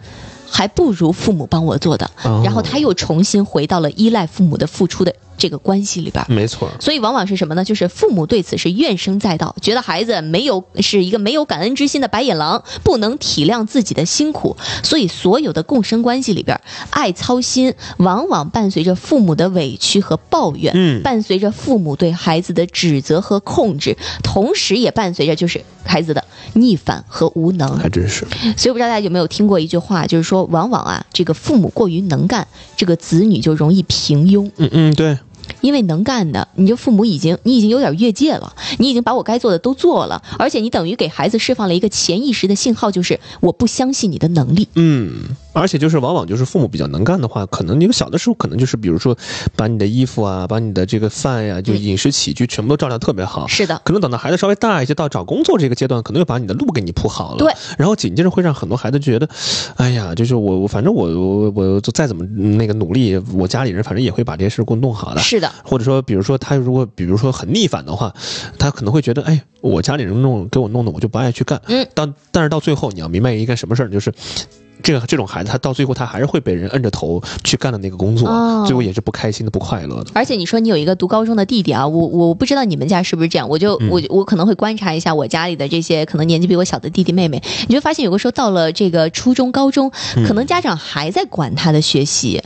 C: 还不如父母帮我做的，
A: 哦
C: 然后他又重新回到了依赖父母的付出的这个关系里边儿。
A: 没错儿，
C: 所以往往是什么呢？就是父母对此是怨声载道，觉得孩子没有是一个没有感恩之心的白眼狼，不能体谅自己的辛苦。所以所有的共生关系里边儿，爱操心往往伴随着父母的委屈和抱怨，
A: 嗯
C: 伴随着父母对孩子的指责和控制，同时也伴随着就是孩子的逆反和无能。
A: 啊还真是，
C: 所以不知道大家有没有听过一句话，就是说，往往啊，这个父母过于能干，这个子女就容易平庸。
A: 嗯嗯，对，
C: 因为能干的，你这父母已经你已经有点越界了，你已经把我该做的都做了，而且你等于给孩子释放了一个潜意识的信号，就是我不相信你的能力。
A: 嗯，而且就是往往就是父母比较能干的话，可能你小的时候可能就是比如说把你的衣服啊，把你的这个饭呀、就
C: 嗯
A: 饮食起居全部都照料特别好。
C: 是的，
A: 可能等到孩子稍微大一些，到找工作这个阶段，可能又把你的路给你铺好了。
C: 对，
A: 然后紧接着会让很多孩子觉得，哎呀，就是我我反正我我我就再怎么那个努力，我家里人反正也会把这些事儿给我弄好的。
C: 是的，
A: 或者说，比如说他如果比如说很逆反的话，他可能会觉得，哎，我家里人弄给我弄的，我就不爱去干。
C: 嗯，
A: 但但是到最后，你要明白一个什么事儿，就是。这个这种孩子，他到最后他还是会被人摁着头去干的那个工作，
C: 哦
A: 最后也是不开心的、不快乐的。
C: 而且你说你有一个读高中的弟弟啊，我我不知道你们家是不是这样，我就我我可能会观察一下我家里的这些可能年纪比我小的弟弟妹妹，你就发现有个时候到了这个初中、高中，可能家长还在管他的学习，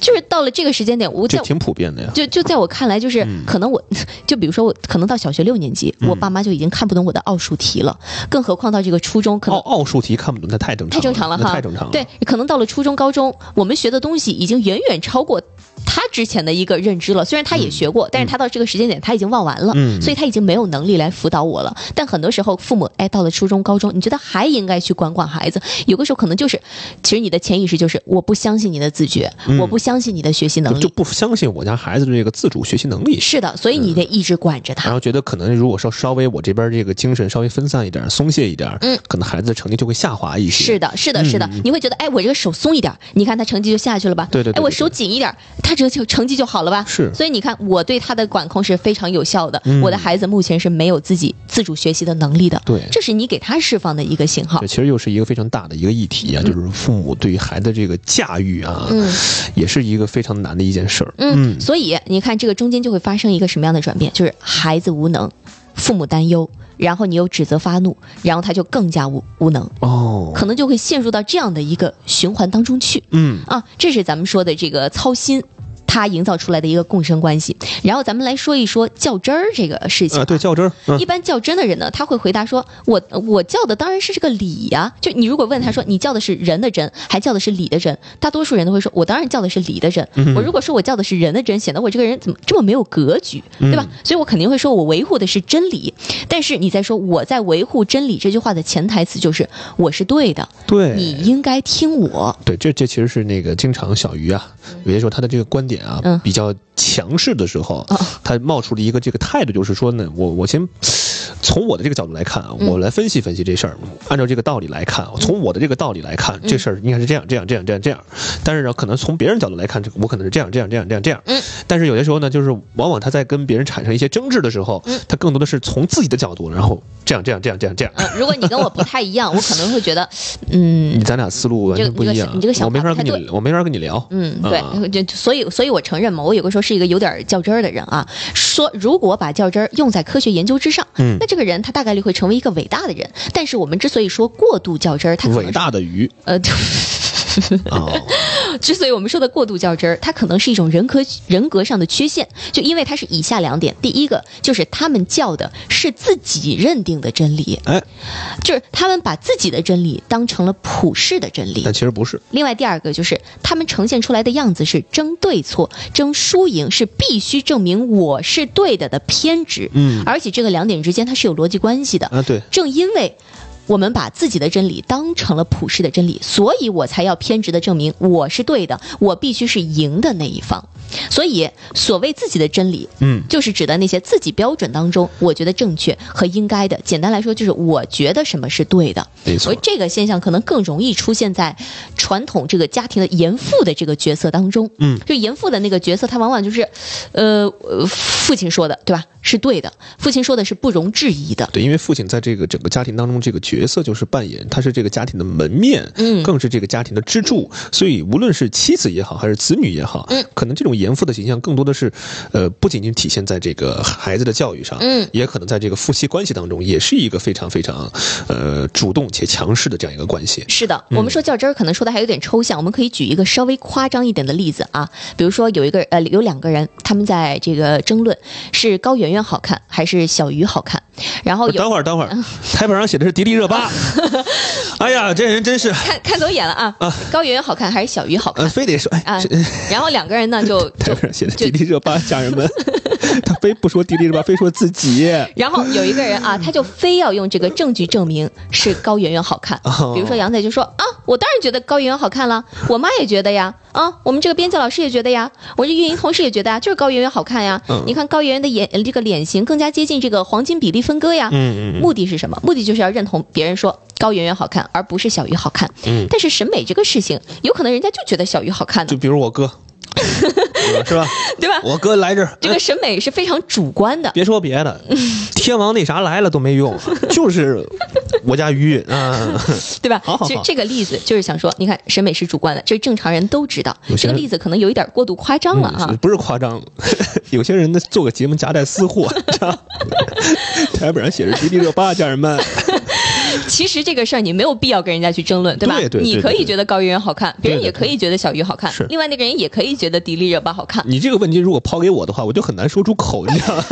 C: 就是到了这个时间点，我
A: 这
C: 在
A: 挺普遍的呀。
C: 就就在我看来，就是可能我， 就比如说我可能到小学六年级，我爸妈就已经看不懂我的奥数题了，更何况到这个初中，可
A: 奥
C: 能
A: 奥数题看不懂，那太正常
C: 太正常了
A: 那
C: 哈
A: 太正常了。
C: 对，可能到了初中、高中，我们学的东西已经远远超过他之前的一个认知了。虽然他也学过，但是他到这个时间点他已经忘完了，
A: 嗯
C: 所以他已经没有能力来辅导我了。但很多时候，父母哎，到了初中、高中，你觉得还应该去管管孩子？有个时候可能就是，其实你的潜意识就是我不相信你的自觉，我不相信你的学习能
A: 我嗯就
C: 力。
A: 不相信我家孩子的这个自主学习能力，
C: 是的，所以你得一直管着他
A: 然。后觉得可能如果说稍微我这边这个精神稍微分散一点、松懈一点，
C: 嗯，
A: 可能孩子的成绩就会下滑一些。
C: 是的，是的，是的，你会觉得，哎，我这个手松一点儿，你看他成绩就下去了吧？
A: 嗯对对对
C: 哎，我
A: 对对
C: 手紧一点儿，他这就成绩就好了吧？
A: 是
C: 所以你看，我对他的管控是非常有效的。
A: 嗯
C: 我的孩子目前是没有自己自主学习的能力的。
A: 对
C: 这是你给他释放的一个信号
A: 这。其实又是一个非常大的一个议题啊，就是父母对于孩子这个驾驭啊，
C: 嗯
A: 也是一个非常难的一件事儿。
C: 嗯，所以你看，这个中间就会发生一个什么样的转变？就是孩子无能，父母担忧，然后你又指责发怒，然后他就更加无无能，
A: 哦，
C: 可能就会陷入到这样的一个循环当中去。
A: 嗯，
C: 啊，这是咱们说的这个操心。他营造出来的一个共生关系，然后咱们来说一说较真儿这个事情、
A: 啊，对，较真儿，嗯
C: 一，般较真的人呢，他会回答说：“我我较的当然是这个理呀、就你如果问他说你较的是人的真，还较的是理的真，大多数人都会说：“我当然较的是理的真。
A: 嗯
C: 我如果说我较的是人的真，显得我这个人怎么这么没有格局，
A: 嗯
C: 对吧？所以我肯定会说我维护的是真理。但是你在说我在维护真理这句话的潜台词就是我是对的，
A: 对，
C: 你应该听我。
A: 对，这这其实是那个经常小鱼啊，有些时候他的这个观点啊、
C: 嗯哦
A: 比较强势的时候，他冒出了一个这个态度，就是说呢，我我先从我的这个角度来看啊，
C: 嗯
A: 我来分析分析这事儿。按照这个道理来看，啊从我的这个道理来看，
C: 嗯
A: 这事儿应该是这样这样这样这样这样。但是呢，可能从别人角度来看，这我可能是这样这样这样这样这样。
C: 嗯。
A: 但是有些时候呢，就是往往他在跟别人产生一些争执的时候，
C: 嗯
A: 他更多的是从自己的角度，然后这样这样这样这样这样。
C: 呃，如果你跟我不太一样，我可能会觉得，嗯
A: 你咱俩思路完全不一样，
C: 你这个你这个想法
A: 我没法
C: 不太
A: 跟你
C: 对，
A: 我没法跟你聊。
C: 嗯，
A: 啊
C: 对，就就所以，所以我承认嘛，我有个时候是一个有点较真儿的人啊。说如果把较真儿用在科学研究之上，
A: 嗯
C: 那这个人他大概率会成为一个伟大的人。但是我们之所以说过度较真儿，他可能
A: 伟大的鱼
C: 呃，就
A: 啊，
C: 之所以我们说的过度较真儿，它可能是一种人格人格上的缺陷，就因为它是以下两点：第一个就是他们较的是自己认定的真理，
A: 哎，
C: 就是他们把自己的真理当成了普世的真理
A: 但；其实不是。
C: 另外第二个就是他们呈现出来的样子是争对错、争输赢，是必须证明我是对的的偏执，
A: 嗯
C: 而且这个两点之间它是有逻辑关系的。
A: 啊，对，
C: 正因为我们把自己的真理当成了普世的真理，所以我才要偏执的证明我是对的，我必须是赢的那一方。所以，所谓自己的真理，
A: 嗯，
C: 就是指的那些自己标准当中我觉得正确和应该的。简单来说，就是我觉得什么是对的。
A: 没错
C: 所以，。这个现象可能更容易出现在传统这个家庭的严父的这个角色当中。
A: 嗯，
C: 就严父的那个角色，他往往就是，呃，呃父亲说的对吧？是对的，父亲说的是不容置疑的。
A: 对，因为父亲在这个整个家庭当中，这个角色就是扮演，他是这个家庭的门面，
C: 嗯
A: 更是这个家庭的支柱。所以，无论是妻子也好，还是子女也好，
C: 嗯，
A: 可能这种严父的形象更多的是，呃，不仅仅体现在这个孩子的教育上，
C: 嗯，
A: 也可能在这个夫妻关系当中，也是一个非常非常，呃，主动且强势的这样一个关系。
C: 是的，我们说较真儿可能说的还有点抽象，我们可以举一个稍微夸张一点的例子啊，比如说有一个呃有两个人，他们在这个争论是高圆圆好看还是小鱼好看，然后哦有
A: 啊
C: 嗯
A: 等会儿，等会儿，台本上写的是迪丽热 巴，哎呀，这人真是，
C: 看看走眼了啊，高圆圆好看还是小鱼好
A: 呃，
C: 看
A: 非得说，哎
C: 啊，
A: 这？
C: 然后两个人呢 就
A: 台
C: 就
A: 本上写的迪丽热巴，家人们， 他非不说迪丽热巴，非说自己。
C: 然后有一个人啊， 他就非要用这个证据证明是高圆圆好看
A: 哦。
C: 比如说杨仔就说啊，我当然觉得高圆圆好看了，我妈也觉得呀，啊，我们这个编教老师也觉得呀，我这运营同事也觉得呀，就是高圆圆好看呀
A: 嗯。
C: 你看高圆圆的眼呃这个脸型更加接近这个黄金比例分割呀。
A: 嗯嗯
C: 目的是什么？目的就是要认同别人说高圆圆好看，而不是小鱼好看。
A: 嗯
C: 但是审美这个事情，有可能人家就觉得小鱼好看
A: 就
C: 呢，
A: 比如我 哥，我是吧？
C: 对吧？
A: 我哥来这儿，哎
C: 这个审嗯美是非常主观的。
A: 别说别的，天王那啥来了都没用，啊就是我家鱼啊，
C: 对吧？
A: 好好好
C: 其实这个例子就是想说，你看审美是主观的，这正常人都知道。
A: 有些
C: 这个
A: 人
C: 例子可能有一点过度夸张了啊
A: 嗯。不是夸张， 有些人呢做个节目夹带私货，你知道吗？ 台本上写着迪丽热巴，家人们，
C: 其实这个事儿你没有必要跟人家去争论，吧？
A: 对对对
C: 你可以觉得高圆圆好看，别人
A: 对对
C: 也可以觉得小鱼好看
A: 是，
C: 另外那个人也可以觉得迪丽热巴好看。
A: 你这个问题如果抛给我的话，我就很难说出口，你知 道吗？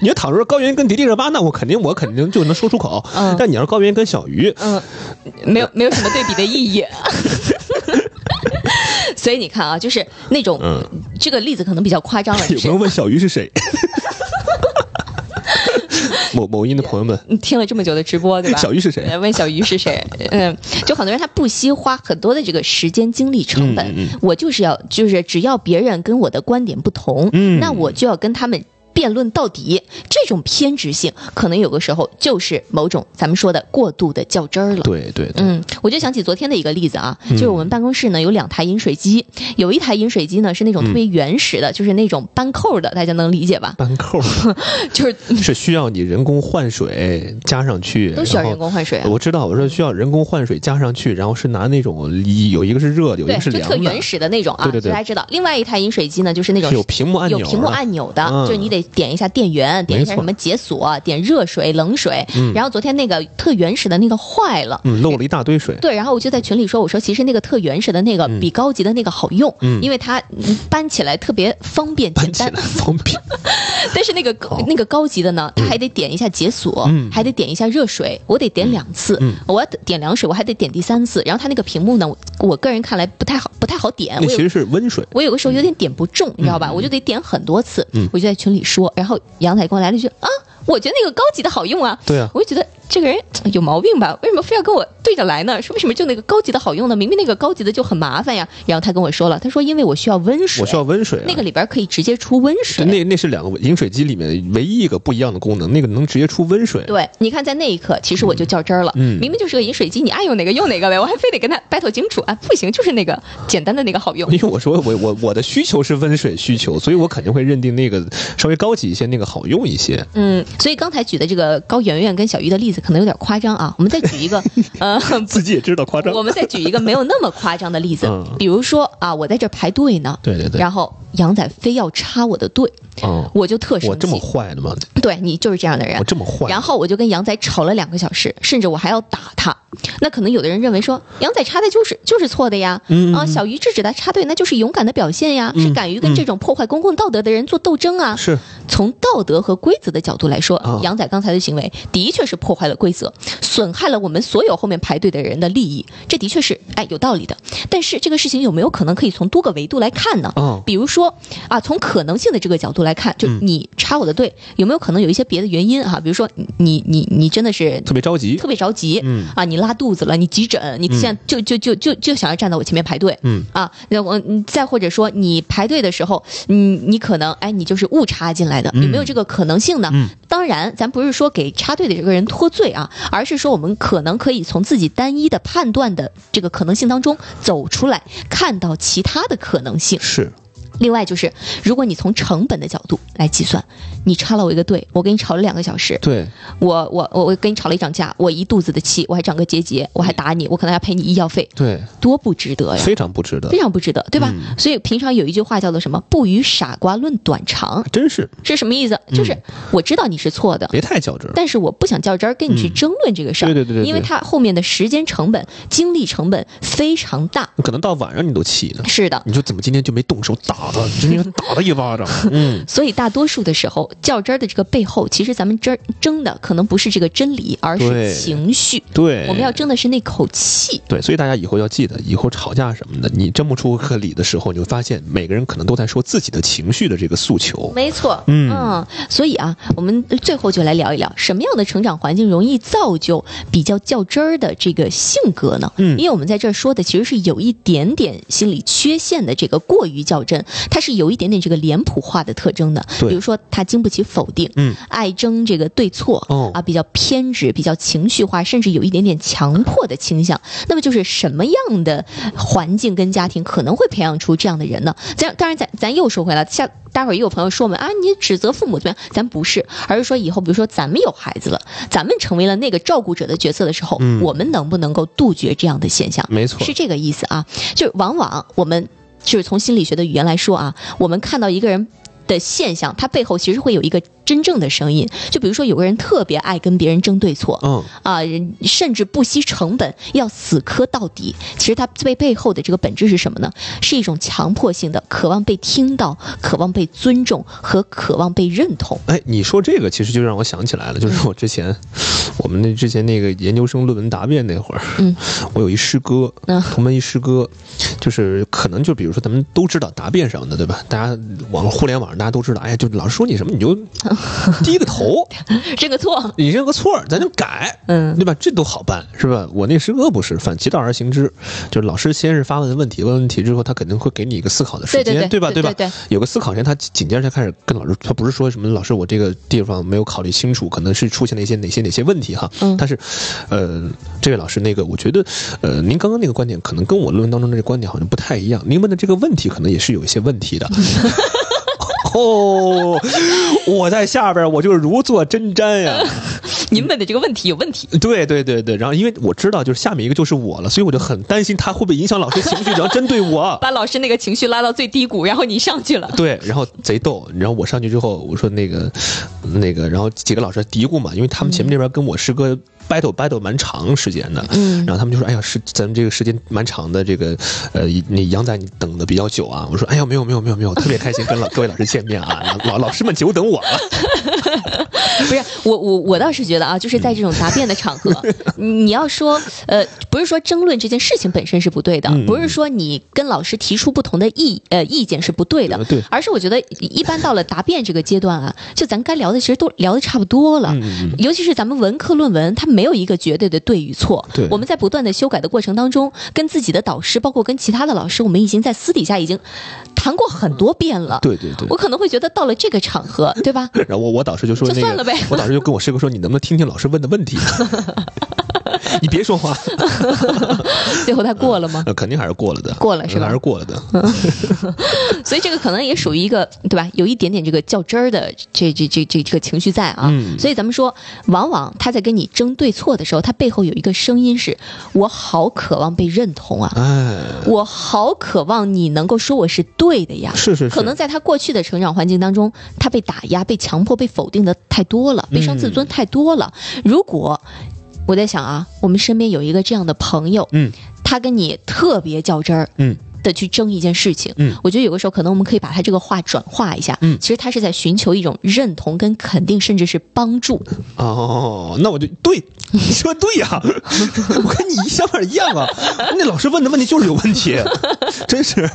A: 你要倘若高原跟迪丽热巴，那我肯定我肯定就能说出口。
C: 嗯
A: 但你要是高原跟小鱼，
C: 嗯，没有没有什么对比的意 义。所以你看啊，就是那种、
A: 嗯
C: 这个例子可能比较夸张了，
A: 有
C: 就
A: 朋友
C: 是
A: 问小鱼是 谁？某某音的朋友们，
C: 你听了这么久的直播，对吧？
A: 小鱼是谁？
C: 呃问小鱼 是谁？嗯，就很多人他不惜花很多的这个时间、精力、成本，
A: 嗯嗯
C: 我就是要，就是只要别人跟我的观点不同，
A: 嗯
C: 那我就要跟他们。辩论到底，这种偏执性可能有个时候就是某种咱们说的过度的较真儿了。
A: 对嗯对对，
C: 嗯，我就想起昨天的一个例子啊，就是我们办公室呢有两台饮水机，有一台饮水机呢是那种
A: 嗯
C: 特别原始的，就是那种扳扣的，大家能理解吧？
A: 扳扣
C: 就是
A: 是需要你人工换水加上去，
C: 都需要
A: 然后
C: 人工换水啊。
A: 我知道，我说需要人工换水加上去，然后是拿那种有一个是热的，有一
C: 对，
A: 个是
C: 就
A: 凉
C: 特
A: 的，
C: 原始的那种啊，
A: 对对对
C: 大家知道。另外一台饮水机呢，就是那种
A: 有屏幕按钮啊
C: 有
A: 的，
C: 屏幕按钮的，
A: 嗯
C: 就是你得点一下电源，点一下
A: 没错
C: 什么解锁，点热水、冷水。
A: 嗯
C: 然后昨天那个特原始的那个坏了。
A: 嗯，漏了一大堆水，
C: 对，然后我就在群里说，我说其实那个特原始的那个比高级的那个好用，
A: 嗯
C: 因为它搬起来特别方便简
A: 搬起
C: 单
A: 来。方
C: 哎
A: 便。
C: 但是那个那个高级的呢，它还得点一下解锁，
A: 嗯
C: 还得点一下热水，我得点两次，
A: 嗯
C: 我要点凉水，我还得点第三次。然后它那个屏幕呢，我我个人看来不太好，不太好点。
A: 那
C: 我
A: 其
C: 有
A: 实是温水，
C: 我有个时候有点点不中，你知道吧？我就得点很多次，
A: 嗯
C: 我就在群里说，然后杨仔给我来了一句啊，我觉得那个高级的好用啊，
A: 对啊，
C: 我就觉得这个人呃有毛病吧？为什么非要跟我对着来呢？说为什么就那个高级的好用呢？明明那个高级的就很麻烦呀。然后他跟我说了，他说因为我需要温水，
A: 我需要温水、啊。
C: 那个里边可以直接出温
A: 对
C: 水。
A: 那那是两个饮水机里面唯一一个不一样的功能，那个能直接出温水。
C: 对，你看在那一刻，其实我就较真儿了。
A: 嗯
C: 明明就是个饮水机，你爱用哪个用哪个呗，我还非得跟他 battle 清楚啊！不行，就是那个简单的那个好用。
A: 因为我说我我我的需求是温水需求，所以我肯定会认定那个稍微高级一些，那个好用一些。
C: 嗯，所以刚才举的这个高圆圆跟小鱼的例子可能有点夸张啊，我们再举 一个，呃，
A: 自己也知道夸张
C: 我。们再举一个没有那么夸张的例子
A: 嗯，
C: 比如说啊，我在这排队呢，
A: 对对对，
C: 然后杨仔非要插我的队，
A: 嗯，
C: 我就特生气。
A: 我这么坏的吗？
C: 对你就是这样的人
A: 我。这么坏？
C: 然后我就跟杨仔吵了两个小时，甚至我还要打他。那可能有的人认为说，杨仔插队就是就是错的呀，
A: 嗯嗯嗯
C: 啊，小鱼制止他插队那就是勇敢的表现呀，是敢于跟这种破坏公共道德的人做斗争啊。
A: 是
C: 从道德和规则的角度来说，
A: 啊
C: 杨仔刚才的行为的确是破坏了规则，损害了我们所有后面排队的人的利益，这的确是哎有道理的。但是这个事情有没有可能可以从多个维度来看呢？
A: 哦
C: 比如说啊，从可能性的这个角度来看，就
A: 嗯
C: 你插我的队，有没有可能有一些别的原因啊哈、比如说你你你你真的是
A: 特别着急
C: 特。别着急，
A: 嗯
C: 啊，你拉肚子了，你急诊，你现在就就就就就想要站在我前面排队，
A: 嗯
C: 啊，那我嗯再或者说你排队的时候，嗯，你可能哎，你就是误插进来的，有没有这个可能性呢？
A: 嗯
C: 当然，咱不是说给插队的这个人脱罪啊，而是说我们可能可以从自己单一的判断的这个可能性当中走出来，看到其他的可能性。
A: 是
C: 另外就是，如果你从成本的角度来计算，你插了我一个队，我跟你吵了两个小时，
A: 对，
C: 我我我我跟你吵了一场架，我一肚子的气，我还长个结节，我还打你，我可能还赔你医药费，
A: 对，
C: 多不值得呀！
A: 非常不值得
C: 非，常不值得，对吧？
A: 嗯
C: 所以平常有一句话叫做什么“不与傻瓜论短长
A: 真是”，
C: 是什么意思？
A: 嗯
C: 就是我知道你是错的，
A: 别太较真儿。
C: 但是我不想较真儿跟你去
A: 嗯
C: 争论这个事儿，
A: 对对对对对
C: 因为它后面的时间成本、精力成本非常大。
A: 可能到晚上你都气呢，
C: 是的，
A: 你说怎么今天就没动手打他？今天打他一巴 掌。嗯，
C: 所以大多数的时候，较真儿的这个背后，其实咱们争争的可能不是这个真理，而
A: 对
C: 是情绪。
A: 对，
C: 我们要争的是那口气。
A: 对，所以大家以后要记得，以后吵架什么的，你争不出个理的时候，你会发现每个人可能都在说自己的情绪的这个诉求。
C: 没错，
A: 嗯
C: 所以啊，我们最后就来聊一聊，什么样的成长环境容易造就比较较真儿的这个性格呢？
A: 嗯
C: 因为我们在这儿说的其实是有一点点心理缺陷的，这个过于较真，它是有一点点这个脸谱化的特征的。
A: 对
C: 比如说他经不起否定，
A: 嗯，
C: 爱争这个对错，
A: 哦
C: 啊，比较偏执，比较情绪化，甚至有一点点强迫的倾向。那么就是什么样的环境跟家庭可能会培养出这样的人呢？咱当然咱咱又说回来，下待会儿也有朋友说我们啊，你指责父母怎么样？咱不是，而是说以后比如说咱们有孩子了，咱们成为了那个照顾者的角色的时候，
A: 嗯
C: 我们能不能够杜绝这样的现象？
A: 没错，
C: 是这个意思啊。就是往往我们就是从心理学的语言来说啊，我们看到一个人。的现象，它背后其实会有一个真正的声音。就比如说，有个人特别爱跟别人争对错，
A: 嗯，
C: 啊、人甚至不惜成本要死磕到底。其实他最背后的这个本质是什么呢？是一种强迫性的渴望被听到、渴望被尊重和渴望被认同。
A: 哎，你说这个其实就让我想起来了，就是我之前我们那之前那个研究生论文答辩那会儿，
C: 嗯，
A: 我有一师哥，
C: 嗯
A: 同门一师哥，就是可能就比如说咱们都知道答辩什么的，对吧？大家网互联网上大家都知道，哎呀，就老师说你什么你就低个头，
C: 这个错，
A: 你认个错儿咱就改，
C: 嗯
A: 对吧？这都好办，是吧？我那师哥不是，反其道而行之，就是老师先是发问问题，问问题之后，他肯定会给你一个思考的时
C: 对
A: 间，
C: 对对，
A: 吧？
C: 对
A: 吧？
C: 对，
A: 有个思考时间，他紧接着他开始跟老师，他不是说什么老师，我这个地方没有考虑清楚，可能是出现了一些哪些哪些问题哈。
C: 嗯
A: 他是，呃，这位老师，那个我觉得，呃，您刚刚那个观点可能跟我论文当中的这个观点好像不太一样，您问的这个问题可能也是有一些问题 的。哦，我在下边儿我就是如坐针毡呀、嗯
C: 您问的这个问题有问题。
A: 对对对对，然后因为我知道就是下面一个就是我了，所以我就很担心他会不会影响老师情绪，然后针对 我。
C: 把老师那个情绪拉到最低谷，然后你上去了。
A: 对，然后贼逗，然后我上去之后，我说那个，那个，然后几个老师嘀咕嘛，因为他们前面那边跟我师哥 battle battle 蛮长时间的，
C: 嗯
A: 然后他们就说，哎呀，是咱们这个时间蛮长的，这个，呃，你杨仔你等的比 较久啊，我说，哎呀，没有没有没有没有，特别开心跟老各位老师见面啊，老老老师们久等我了，
C: 不是我我我倒是觉得啊，就是在这种答辩的场合，
A: 嗯
C: 你要说呃，不是说争论这件事情本身是不对的，
A: 嗯
C: 不是说你跟老师提出不同的意呃意见是不对的，
A: 对，
C: 而是我觉得一般到了答辩这个阶段啊，就咱该聊的其实都聊的差不多了。
A: 嗯嗯嗯，
C: 尤其是咱们文科论文，它没有一个绝对的对与错。
A: 对
C: 我们在不断的修改的过程当中，跟自己的导师，包括跟其他的老师，我们已经在私底下已经谈过很多遍了。
A: 对对对
C: 我。可能会觉得到了这个场合，对吧？
A: 然后我我导师就说
C: 就
A: 那个，
C: 算了呗
A: 我导师就跟我师哥说，你能不能听听老师问的问题？ 你别说 话，
C: 最后他过了吗？
A: 呃肯定还是过了的，
C: 过了是吧
A: 还是过了的。
C: 所以这个可能也属于一个，对吧？有一点点这个较真儿的这这这这这个情绪在啊。
A: 嗯
C: 所以咱们说，往往他在跟你争对错的时候，他背后有一个声音是：我好渴望被认同啊，
A: 哎，
C: 我好渴望你能够说我是对的呀。
A: 是是是，
C: 可能在他过去的成长环境当中，他被打压、被强迫、被否定的太多了，
A: 嗯
C: 被伤自尊太多了。如果我在想啊，我们身边有一个这样的朋友，
A: 嗯，
C: 他跟你特别较真儿，
A: 嗯。
C: 的去争一件事情，
A: 嗯
C: 我觉得有的时候可能我们可以把他这个话转化一下，
A: 嗯
C: 其实他是在寻求一种认同、跟肯定，甚至是 帮助，
A: 哦，那我就对你说对呀、 我跟你想法一样啊。那老师问的问题就是有问题， 真是。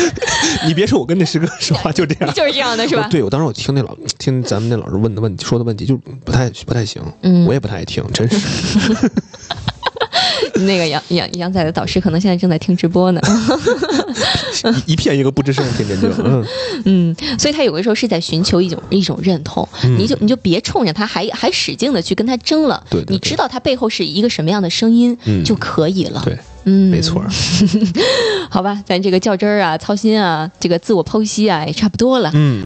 A: 你别说我跟那师哥说话就这样，
C: 就是这样的是吧？
A: 对我当时我听那老听咱们那老师问的问题说的问题就不太不太行，
C: 嗯
A: 我也不太爱听，真是。
C: 那个杨杨杨仔的导师可能现在正在听直播呢，
A: 一一片一个不吱声，天天就嗯，
C: 嗯，所以他有的时候是在寻求一种一种认同，
A: 嗯
C: 你就你就别冲着他还还使劲的去跟他争了，
A: 对对对
C: 你知道他背后是一个什么样的声音、
A: 嗯
C: 就可以了，
A: 对，
C: 嗯，
A: 没 错儿，
C: 好吧，咱这个较真儿啊、操心啊、这个自我剖析啊，也差不多了，
A: 嗯。